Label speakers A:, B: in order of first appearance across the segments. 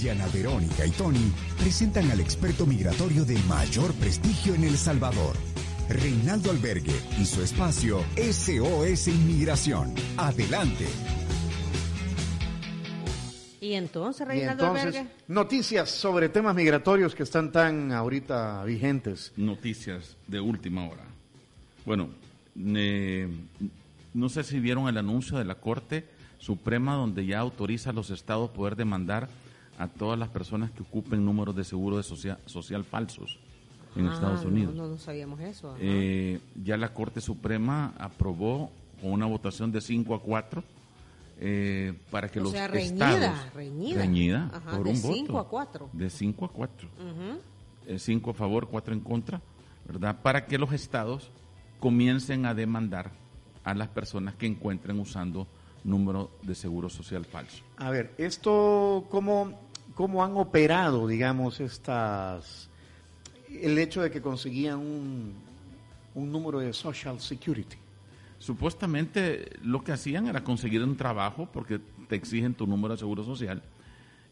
A: Diana Verónica y Tony presentan al experto migratorio de mayor prestigio en El Salvador, Reinaldo Albergue, y su espacio SOS Inmigración. Adelante.
B: Y entonces,
C: Y
B: Reinaldo
C: entonces,
B: Albergue.
C: noticias sobre temas migratorios que están tan ahorita vigentes.
D: noticias de última hora. Bueno, eh, no sé si vieron el anuncio de la Corte Suprema donde ya autoriza a los estados poder demandar a todas las personas que ocupen números de seguro de socia- social falsos en
B: Ah,
D: Estados
B: no,
D: Unidos.
B: No, no sabíamos eso. ajá.
D: Eh, ya la Corte Suprema aprobó con una votación de 5 a 4 eh, para que
B: O
D: los
B: sea, reñida,
D: estados
B: reñida.
D: reñida
B: Ajá,
D: por
B: de
D: un voto
B: cinco a cuatro.
D: de 5 a 4 5 a favor 4 en contra verdad para que los estados comiencen a demandar a las personas que encuentren usando número de seguro social falso
C: A ver, esto, ¿cómo, cómo han operado, digamos, estas. el hecho de que conseguían un, un número de Social Security?
D: Supuestamente lo que hacían era conseguir un trabajo porque te exigen tu número de seguro social.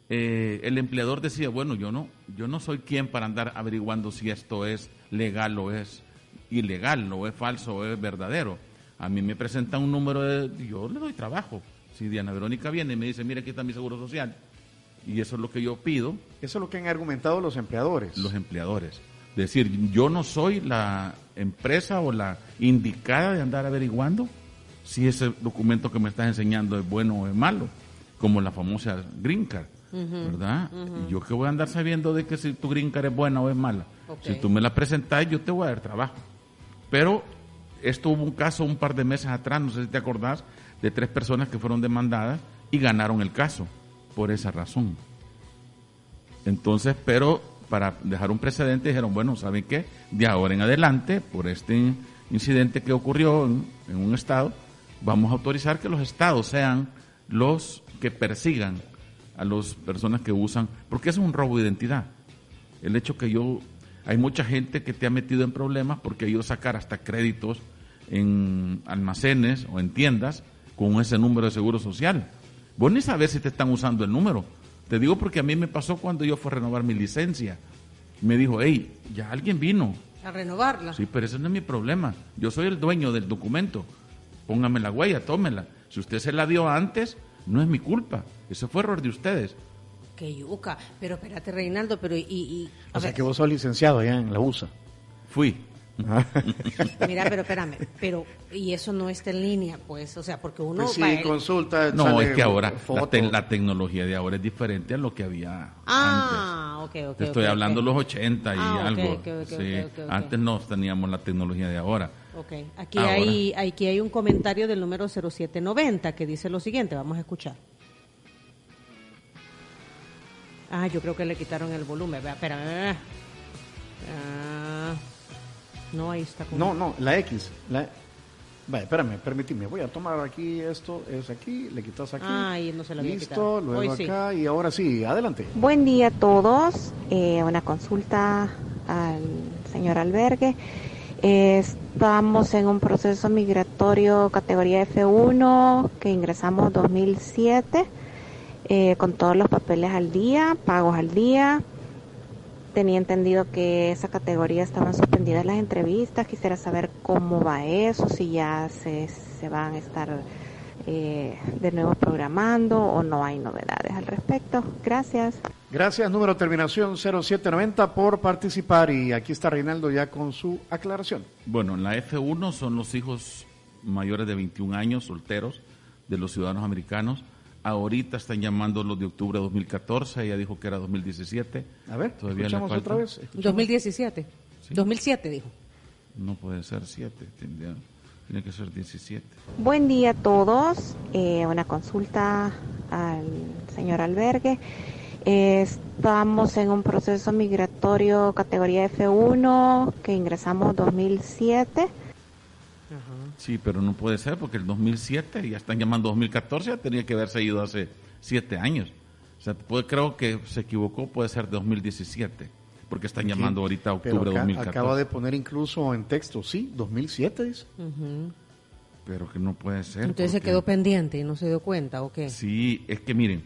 D: Eh, el empleador decía, bueno, yo no, yo no soy quien para andar averiguando si esto es legal o es ilegal, o es falso o es verdadero. A mí me presentan un número de, yo le doy trabajo. Si Diana Verónica viene y me dice, mira, aquí está mi seguro social, y eso es lo que yo pido,
C: Eso es lo que han argumentado los em- empleadores.
D: los empleadores. Decir, yo no soy la empresa o la indicada de andar averiguando si ese documento que me estás enseñando es bueno o es malo, como la famosa green card, ¿verdad? ¿Y yo que voy a andar sabiendo de que si tu green card es buena o es mala.
B: Ok.
D: Si tú me la presentas, yo te voy a dar trabajo. Pero esto hubo un caso un par de meses atrás, no sé si te acordás, de tres personas que fueron demandadas y ganaron el caso por esa razón. Entonces, pero para dejar un precedente, dijeron, bueno, ¿saben qué? De ahora en adelante, por este in- incidente que ocurrió en, en un estado, vamos a autorizar que los estados sean los que persigan a las personas que usan, porque eso es un robo de identidad. El hecho que yo, hay mucha gente que te ha metido en problemas porque yo sacar hasta créditos en almacenes o en tiendas con ese número de seguro social. Vos ni sabés si te están usando el número. Te digo porque a mí me pasó cuando yo fui a renovar mi licencia. Me dijo, hey, ya alguien vino.
B: A renovarla.
D: Sí, pero ese no es mi problema. Yo soy el dueño del documento. Póngame la huella, tómela. Si usted se la dio antes, no es mi culpa. Eso fue error de ustedes.
B: Qué yuca. Pero espérate, Reinaldo, pero y... y- a
C: o sea
B: ver,
C: que vos sos licenciado allá en la USA.
D: Fui.
B: Mira, pero espérame. Pero, y eso no está en línea, pues. O sea, porque uno...
C: Pues sí,
B: va-
C: consulta.
D: No,
C: sale
D: es que ahora la,
C: foto.
D: te- la tecnología de ahora es diferente a lo que había
B: Ah,
D: antes.
B: ok, ok,
D: Te estoy
B: ok,
D: hablando
B: ok.
D: los 80 y
B: Ah, ok,
D: algo.
B: ok, ok,
D: sí.
B: ok, ok, ok.
D: Antes no teníamos la tecnología de ahora.
B: Ok, aquí
D: Ahora.
B: hay, aquí hay un comentario del número 0790 que dice lo siguiente, vamos a escuchar. Ah, yo creo que le quitaron el volumen, vea, espérame. vea. Ah, no, ahí está. con-
C: No, no, la X. La... Vaya, espérame, permíteme. Voy a tomar aquí esto, es aquí, le quitas aquí.
B: Ah, y no se lo había
C: Listo,
B: quitado.
C: luego
B: Hoy sí.
C: acá y ahora sí, adelante.
E: Buen día a todos. Eh, una consulta al señor Albergue. Eh, estamos en un proceso migratorio categoría F1 que ingresamos 2007 eh, con todos los papeles al día, pagos al día. Tenía entendido que esa categoría estaban suspendidas las entrevistas. Quisiera saber cómo va eso, si ya se, se van a estar eh, de nuevo programando o no hay novedades al respecto. Gracias.
C: Gracias, número terminación 0790 por participar y aquí está Reinaldo ya con su aclaración.
D: Bueno, en la F1 son los hijos mayores de 21 años, solteros, de los ciudadanos americanos. Ahorita están llamando los de octubre de 2014, ella dijo que era 2017.
C: A ver,
D: Todavía le
C: escuchamos
D: falta.
C: otra vez.
B: 2017. 2007 dijo.
C: Eh,
D: No puede ser 7, tendría- tiene que ser 17.
E: Buen día a todos. Eh, una consulta al señor Albergue. Eh, estamos en un proceso migratorio categoría F1 que ingresamos 2007.
D: Sí, pero no puede ser porque el 2007, ya están llamando 2014, ya tenía que haberse ido hace siete años. O sea, puede- creo que se equivocó, puede ser 2017, porque están llamando ahorita a
C: Pero
D: octubre de
C: acá-
D: 2014.
C: Acaba de poner incluso en texto, sí, 2007 dice.
D: Pero que no puede ser.
B: Entonces se
D: porque-
B: quedó pendiente y no se dio cuenta, ¿o qué?
D: Sí, es que miren,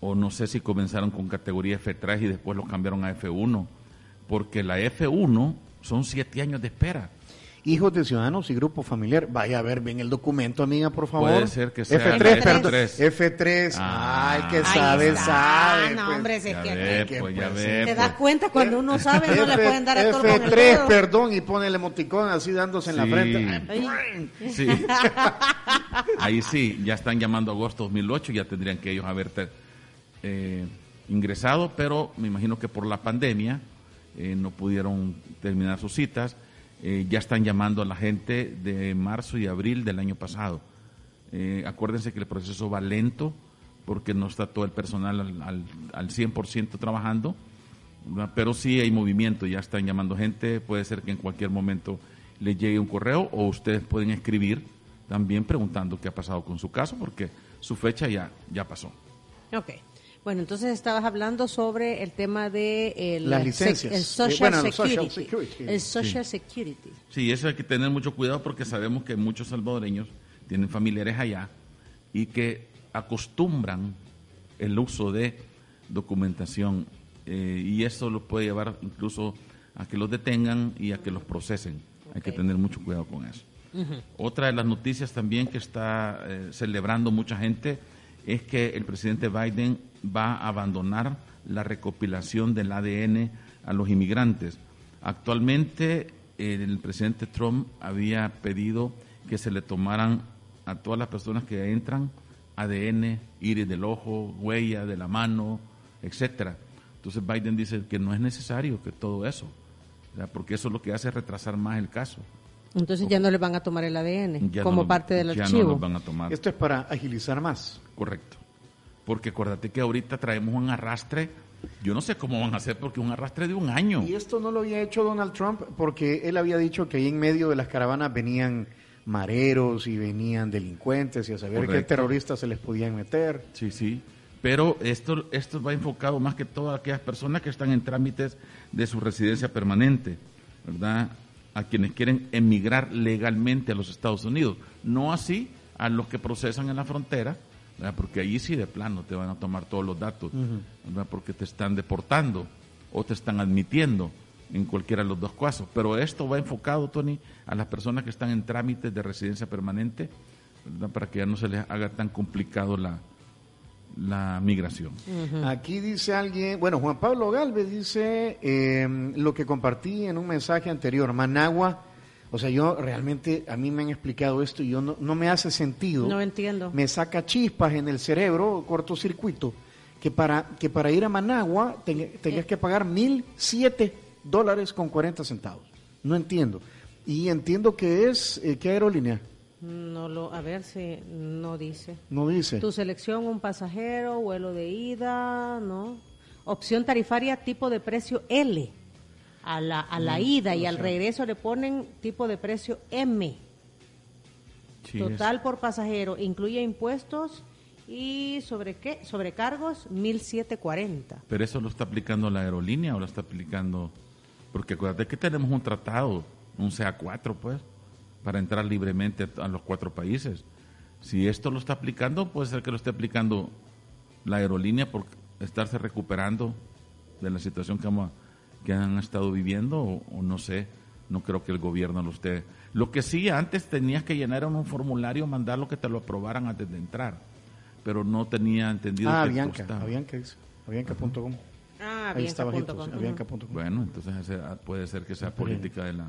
D: o no sé si comenzaron con categoría F3 y después los cambiaron a F1, porque la F1 son siete años de espera.
C: Hijos de Ciudadanos y Grupo Familiar. Vaya a ver bien el documento, amiga, por favor.
D: Puede ser que sea
C: F3,
B: la
C: perdón.
D: F3.
C: F3.
D: Ah.
C: Ah, el que
D: Ahí
C: sabe,
B: está.
C: sabe.
B: No,
C: pues.
B: hombre, se-
D: Ya
B: que-
D: ve,
C: que-
D: pues, ya
C: pues,
D: ve,
B: Te
D: pues.
B: das cuenta, cuando uno sabe no le
C: F-
B: pueden dar a todo con el
C: F3,
B: dedo.
C: perdón, y pone el emoticón así dándose en la
D: Sí.
C: frente. Ay,
B: Ay.
D: Sí. Ahí sí, ya están llamando a agosto 2008, ya tendrían que ellos haber ter- eh, ingresado, pero me imagino que por la pandemia eh, no pudieron terminar sus citas. Eh, ya están llamando a la gente de marzo y abril del año pasado. Eh, acuérdense que el proceso va lento porque no está todo el personal al, al, al 100% trabajando, ¿verdad? pero sí hay movimiento, ya están llamando gente, puede ser que en cualquier momento les llegue un correo o ustedes pueden escribir también preguntando qué ha pasado con su caso porque su fecha ya, ya pasó.
B: Ok. Bueno, entonces estabas hablando sobre el tema de el,
C: Las
B: sec-
C: licencias.
B: el
C: Eh,
B: social,
C: bueno, el
B: security,
C: Social Security.
B: El Social Security.
D: Sí, eso hay que tener mucho cuidado porque sabemos que muchos salvadoreños tienen familiares allá y que acostumbran el uso de documentación eh, y eso los puede llevar incluso a que los detengan y a que los procesen. Hay que
B: Ok.
D: tener mucho cuidado con eso. Otra de las noticias también que está eh, celebrando mucha gente es que el presidente Biden va a abandonar la recopilación del ADN a los inmigrantes. Actualmente eh, el presidente Trump había pedido que se le tomaran a todas las personas que entran ADN, iris del ojo, huella de la mano, etcétera. Entonces Biden dice que no es necesario que todo eso, ¿verdad? porque eso lo que hace es retrasar más el caso.
B: Entonces ya no le van a tomar el ADN
D: Ya
B: como
D: no lo-
B: parte del
D: ya
B: archivo.
D: no los van a tomar.
C: Esto es para agilizar más.
D: Correcto. Porque acuérdate que ahorita traemos un arrastre. Yo no sé cómo van a hacer porque un arrastre de un año.
C: Y esto no lo había hecho Donald Trump porque él había dicho que ahí en medio de las caravanas venían mareros y venían delincuentes y a saber qué
D: Correcto.
C: terroristas se les podían meter.
D: Sí, sí. Pero esto, esto va enfocado más que todo a aquellas personas que están en trámites de su residencia permanente, ¿verdad? A quienes quieren emigrar legalmente a los Estados Unidos. No así a los que procesan en la frontera, ¿verdad? Porque ahí sí de plano te van a tomar todos los datos, ¿verdad? Porque te están deportando o te están admitiendo en cualquiera de los dos casos. Pero esto va enfocado, Tony, a las personas que están en trámites de residencia permanente, ¿verdad? Para que ya no se les haga tan complicado la, la migración.
C: Aquí dice alguien, bueno, Juan Pablo Galvez dice eh, lo que compartí en un mensaje anterior, Managua, o sea, yo realmente, a mí me han explicado esto y yo no, no me hace sentido.
B: No entiendo.
C: Me saca chispas en el cerebro, cortocircuito, que para, que para ir a Managua ten- tenías que pagar 1.007 dólares con 40 centavos. No entiendo. Y entiendo que es, eh, ¿qué aerolínea?
B: No lo, a ver si no dice.
C: No dice.
B: Tu selección, un pasajero, vuelo de ida, ¿no? Opción tarifaria, tipo de precio L. A la, a
D: Mm,
B: la ida y al regreso le ponen tipo de precio M.
D: Sí,
B: Total por pasajero. Incluye impuestos y sobre qué? Sobrecargos, 1740.
D: Pero eso lo está aplicando la aerolínea o lo está aplicando... Porque acuérdate que tenemos un tratado, un CA4, pues, para entrar libremente a los cuatro países. Si esto lo está aplicando, puede ser que lo esté aplicando la aerolínea por estarse recuperando de la situación que, hemos- que han estado viviendo o, o no sé, no creo que el gobierno lo esté. Lo que sí, antes tenías que llenar un formulario, mandarlo que te lo aprobaran antes de entrar, pero no tenía entendido
C: Ah,
D: que
C: Avianca,
D: costaba.
C: Avianca dice, avianca.com.
B: Ah,
C: Ahí está
B: avianca
C: bajito,
B: punto
C: sí,
B: com.
C: avianca.com.
D: Bueno, entonces ese- ah, puede ser que sea política de la,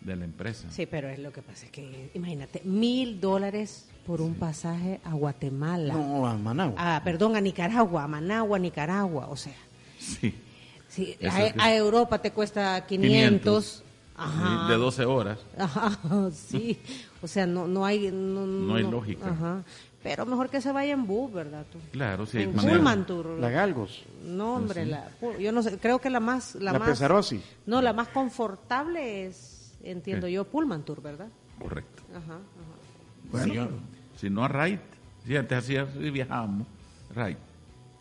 D: de la empresa.
B: Sí, pero es lo que pasa es que, imagínate, mil dólares por un pasaje a Guatemala.
C: No, a Managua.
B: Ah, perdón, a Nicaragua, a Managua, Nicaragua, o sea.
D: Sí.
B: Sí,
D: Eso
B: a,
D: es que-
B: a Europa te cuesta 500.
D: 500.
B: Ajá.
D: Sí, De 12 horas.
B: Ajá, sí. O sea, no, no hay... No,
D: No hay lógica.
B: Ajá. Pero mejor que se vaya en bus, ¿verdad? Tú?
D: Claro, sí, hay
B: En
D: manera.
B: Pullman, tú.
C: La Galgos.
B: No, hombre, la, yo no sé, creo que la más... La,
C: Ah, La
B: más,
C: Pesarossi.
B: No, la más confortable es, entiendo
D: Sí.
B: yo, Pullman Tour, ¿verdad?
D: Correcto.
B: Ajá, ajá.
D: Sí, si no a Right. Sí, antes así así viajábamos. Right.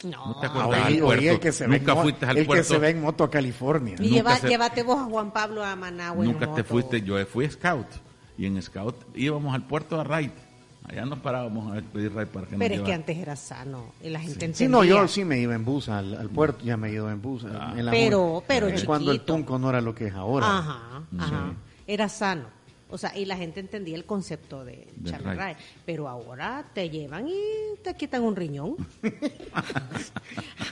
B: No.
D: No te acuerdas.
C: Oye,
D: al
C: oye,
D: puerto.
C: el que se ve
D: Nunca
C: en mo-
D: fuiste al
C: el que
D: puerto.
C: se ve en moto a California.
B: Y
D: Nunca
B: lleva-
D: se-
B: llévate vos a Juan Pablo Ah, a Managua en
D: Nunca te
B: moto.
D: fuiste, yo fui scout y en scout íbamos al puerto a Raid Allá nos parábamos a pedir ride para que nos
B: Pero es que
D: llevara.
B: antes era sano y la gente
C: Sí, no, yo sí me iba en bus al, al puerto, ya me he ido en bus.
D: Ah.
C: en la
B: Pero- pero
C: Es cuando el
B: chiquito.
C: tunco no era lo que es ahora.
B: Ajá, ajá. Era sano. O sea, y la gente entendía el concepto de
D: Del
B: charla
D: ride.
B: ride. Pero ahora te llevan y te quitan un riñón.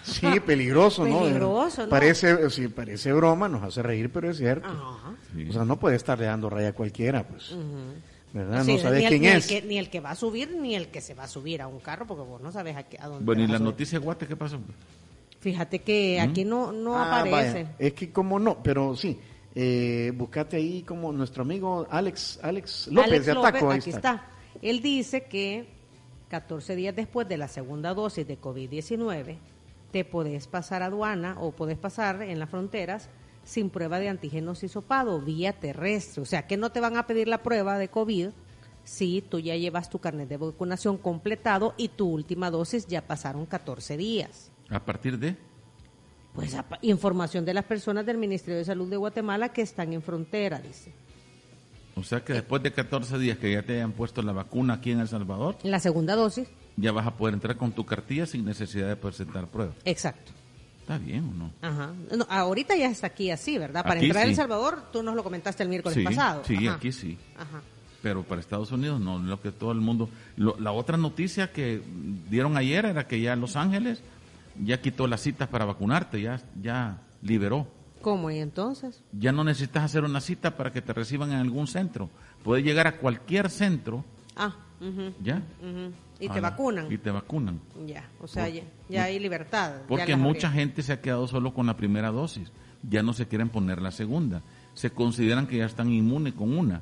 C: Sí, peligroso, ¿no?
B: Peligroso, ¿no?
C: Parece, sí, parece broma, nos hace reír, pero es cierto.
B: Ajá.
D: Sí.
C: O sea, no puede estarle dando raya a cualquiera, pues. ¿Verdad?
B: Sí,
C: Ah, no
B: ni
C: sabe
B: el-
C: quién
B: ni el
C: es.
B: que- ni el que va a subir, ni el que se va a subir a un carro, porque vos no sabes a, qué- a dónde.
D: Bueno,
B: te
D: ¿y
B: vas
D: la
B: a subir.
D: noticia de Guate qué pasó?
B: Fíjate que aquí no, no
C: Ah,
B: aparece.
C: vaya. Es que como no, pero sí. Eh, buscate ahí como nuestro amigo Alex Alex López
B: Alex
C: de Ataco. ahí
B: aquí está. Él dice que 14 días después de la segunda dosis de COVID-19, te podés pasar aduana o podés pasar en las fronteras sin prueba de antígenos y sopado vía terrestre. O sea, que no te van a pedir la prueba de COVID si tú ya llevas tu carnet de vacunación completado y tu última dosis ya pasaron 14 días.
D: A partir de...
B: Pues apa- información de las personas del Ministerio de Salud de Guatemala que están en frontera, dice.
D: O sea que después de 14 días que ya te hayan puesto la vacuna aquí en El Salvador,
B: La segunda dosis,
D: ya vas a poder entrar con tu cartilla sin necesidad de presentar pruebas.
B: exacto.
D: ¿Está bien o no?
B: Ajá. No, ahorita ya está aquí así, ¿verdad? Para
D: Aquí
B: entrar a
D: sí.
B: El Salvador, tú nos lo comentaste el miércoles
D: Sí,
B: pasado.
D: sí,
B: Ajá.
D: aquí sí.
B: Ajá.
D: Pero para Estados Unidos no, lo que todo el mundo... lo- la otra noticia que dieron ayer era que ya Los Ángeles ya quitó las citas para vacunarte, ya, ya liberó.
B: ¿Cómo y entonces?
D: Ya no necesitas hacer una cita para que te reciban en algún centro. Puedes llegar a cualquier centro,
B: Ah, ujú,
D: ¿ya?
B: ujú. y
D: A
B: te
D: la-
B: vacunan.
D: Ah, Y te vacunan.
B: Ya, o sea, ya, ya hay libertad. ya
D: Porque
B: las
D: mucha
B: abrieron.
D: gente se ha quedado solo con la primera dosis. Ya no se quieren poner la segunda. Se consideran que ya están inmunes con una.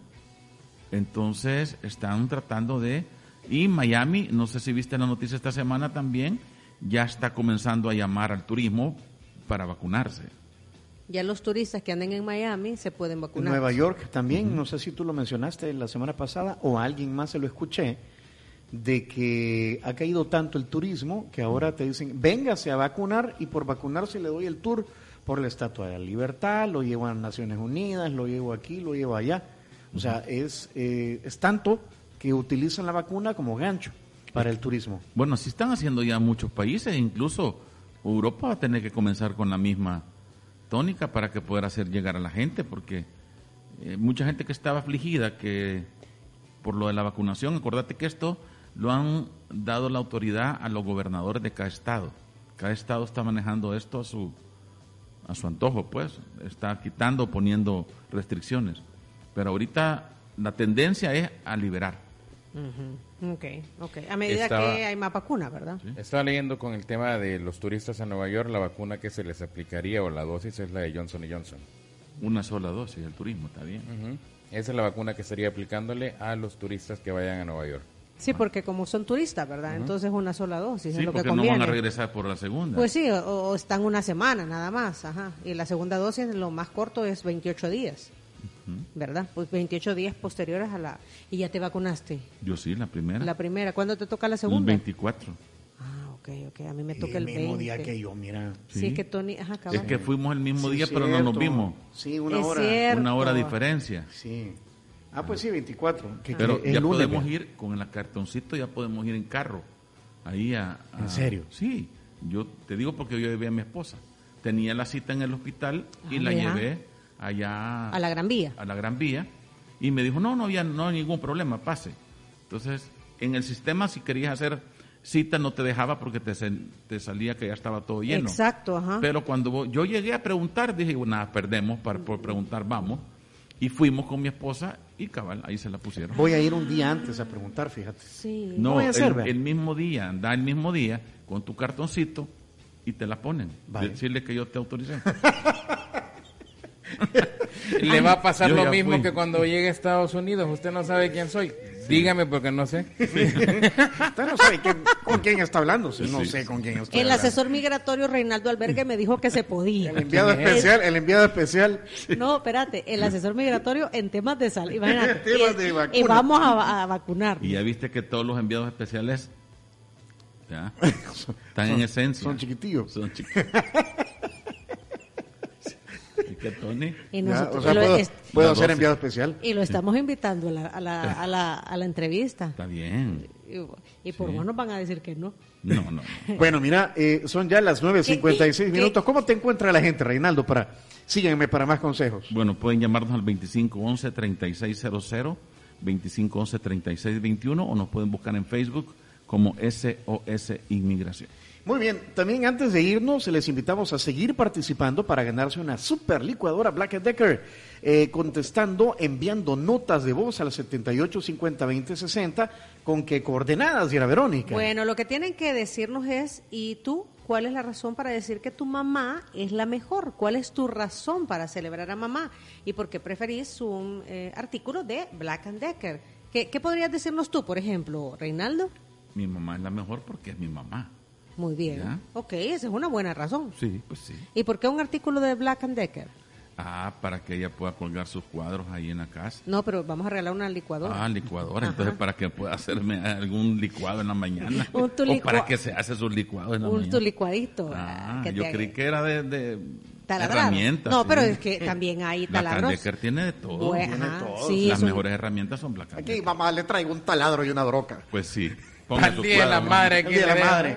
D: Entonces están tratando de... Y Miami, no sé si viste la noticia esta semana también, ya está comenzando a llamar al turismo para vacunarse.
B: Ya los turistas que anden en Miami se pueden
C: En
B: vacunar.
C: Nueva York también, no sé si tú lo mencionaste la semana pasada o a alguien más se lo escuché, de que ha caído tanto el turismo que ahora te dicen, véngase a vacunar y por vacunarse le doy el tour por la Estatua de la Libertad, lo llevo a Naciones Unidas, lo llevo aquí, lo llevo allá. O sea, es, eh, es tanto que utilizan la vacuna como gancho para el turismo.
D: Bueno, así están haciendo ya muchos países, incluso Europa va a tener que comenzar con la misma tónica para que pueda hacer llegar a la gente, porque eh, mucha gente que estaba afligida que por lo de la vacunación, acordate que esto lo han dado la autoridad a los gobernadores de cada estado. Cada estado está manejando esto a su, a su antojo, pues, está quitando, poniendo restricciones. Pero ahorita la tendencia es a liberar.
B: Ok, ok. A medida
F: Estaba-
B: que hay más vacunas, ¿verdad?
F: Estaba leyendo con el tema de los turistas a Nueva York, la vacuna que se les aplicaría o la dosis es la de Johnson Johnson.
D: Una sola dosis, el turismo está bien.
F: Ujú. Esa es la vacuna que estaría aplicándole a los turistas que vayan a Nueva York.
B: Sí, porque como son turistas, ¿verdad? Entonces una sola dosis
D: Sí,
B: es lo que
D: porque
B: conviene.
D: no van a regresar por la segunda.
B: Pues sí, o, o están una semana nada más, ajá. Y la segunda dosis, lo más corto es 28 días, ¿verdad? Pues 28 días posteriores a la... Y ya te vacunaste.
D: Yo sí, la primera.
B: La primera, ¿cuándo te toca la
D: el
B: segunda?
D: 24.
B: Ah, ok, ok, a mí me toca el, 20.
C: mismo día que yo, mira.
B: Sí,
D: Sí.
B: es que Tony, ajá, cabal.
D: Es que fuimos el mismo
C: Sí,
D: día, pero no nos
C: cierto.
D: vimos.
C: Sí, una
B: Es
C: hora.
B: cierto.
D: Una hora de diferencia.
C: Sí. Ah, pues sí, 24. que-
D: Pero
C: que el
D: ya
C: lunes,
D: podemos
C: vea.
D: ir con el cartoncito, ya podemos ir en carro. Ahí a, a-
C: ¿En serio?
D: Sí. Yo te digo porque yo llevé a mi esposa. Tenía la cita en el hospital y
B: Ah,
D: la
B: mira.
D: llevé allá
B: A la Gran Vía.
D: a la Gran Vía y me dijo, no, no había no hay ningún problema, pase. Entonces, en el sistema si querías hacer cita no te dejaba porque te, sen- te salía que ya estaba todo lleno.
B: Exacto, ajá.
D: Pero cuando vo- yo llegué a preguntar, dije, nada, perdemos, para, por preguntar vamos. Y fuimos con mi esposa y cabal, ahí se la pusieron.
C: Voy a ir un día antes a preguntar, fíjate.
B: Sí.
D: No,
C: voy a hacer,
D: el,
C: vea.
D: el mismo día, anda el mismo día con tu cartoncito y te la ponen.
C: Vale.
D: Decirle que yo te autoricé.
F: Le va a pasar
D: Yo
F: lo
D: ya
F: mismo
D: fui.
F: que cuando llegue a Estados Unidos. Usted no sabe quién soy. Dígame porque no sé.
C: Usted no sabe quién- con quién está hablando. sí, No
D: Sí.
C: sé con quién está
B: El
C: hablando.
B: asesor migratorio Reinaldo Albergue me dijo que se podía.
C: El enviado especial, el enviado especial.
B: No, espérate, el asesor migratorio en temas de salud. Imagínate.
C: En temas
B: Y-
C: de
B: y,
C: vacunas.
B: vamos a, a vacunar.
D: Y ya viste que todos los enviados especiales ya, están en esencia.
C: son chiquitillos.
D: Son chiquitillos. Que Tony.
B: Y,
C: Ya,
B: nosotros-
C: o sea,
B: y lo,
C: puedo,
B: es-
C: puedo
D: La
C: ser
D: dosis.
C: enviado especial.
B: y lo estamos invitando a la, a la, a la, a la entrevista.
D: Está bien.
B: Y, y por
D: Sí.
B: vos nos van a decir que no.
D: No, no. no.
C: Bueno, mira, eh, son ya las 9.56
B: ¿Qué-
C: minutos.
B: qué-
C: ¿Cómo te encuentra la gente, Reinaldo? Para, sígueme para más consejos.
D: Bueno, pueden llamarnos al 2511-3600, 2511-3621 o nos pueden buscar en Facebook como SOS Inmigración.
C: Muy bien, también antes de irnos, les invitamos a seguir participando para ganarse una super licuadora Black Decker, eh, contestando, enviando notas de voz al 78 50 20 60 con que coordenadas, Yara Verónica.
B: Bueno, lo que tienen que decirnos es, ¿y tú cuál es la razón para decir que tu mamá es la mejor? ¿Cuál es tu razón para celebrar a mamá? ¿Y por qué preferís un eh, artículo de Black and Decker? ¿Qué, qué podrías decirnos tú, por ejemplo, Reinaldo?
D: Mi mamá es la mejor porque es mi mamá.
B: Muy bien.
D: Ya.
B: Ok, esa es una buena razón.
D: Sí, pues sí.
B: ¿Y por qué un artículo de Black and Decker?
D: Ah, para que ella pueda colgar sus cuadros ahí en la casa.
B: No, pero vamos a regalar una licuadora.
D: Ah, licuadora. Entonces,
B: Ajá.
D: para que pueda hacerme algún licuado en la mañana.
B: Un tu
D: o para
B: licua-
D: que se hace sus licuados en la
B: un
D: mañana.
B: tu licuadito.
D: Ah,
B: ah, que
D: yo
B: te-
D: creí que era de, de
B: taladrado.
D: herramientas.
B: No,
D: sí.
B: pero es que también hay
D: Black and
B: taladros.
D: Decker tiene de todo.
B: Bue-
D: Tiene
B: ajá,
D: todo.
B: sí,
D: Las
B: es un-
D: mejores herramientas son Black and
C: Aquí
D: Decker.
C: mamá le traigo un taladro y una droga.
D: Pues sí. Ponga
F: Al
D: su
F: día de la
D: cuadro,
F: madre.
C: El
F: que
C: día de la
F: le deja.
C: madre.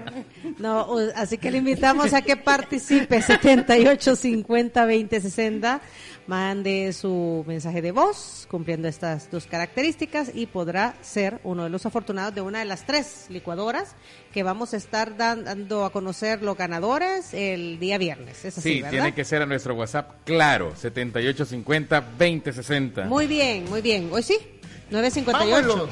B: No, o- así que le invitamos a que participe 78 50 20 60. Mande su mensaje de voz cumpliendo estas dos características y podrá ser uno de los afortunados de una de las tres licuadoras que vamos a estar dan- dando a conocer los ganadores el día viernes. Es así,
F: Sí,
B: ¿verdad?
F: tiene que ser a nuestro WhatsApp, claro, 7850-2060.
B: Muy bien, muy bien. Hoy sí, 958.
C: Vámonos.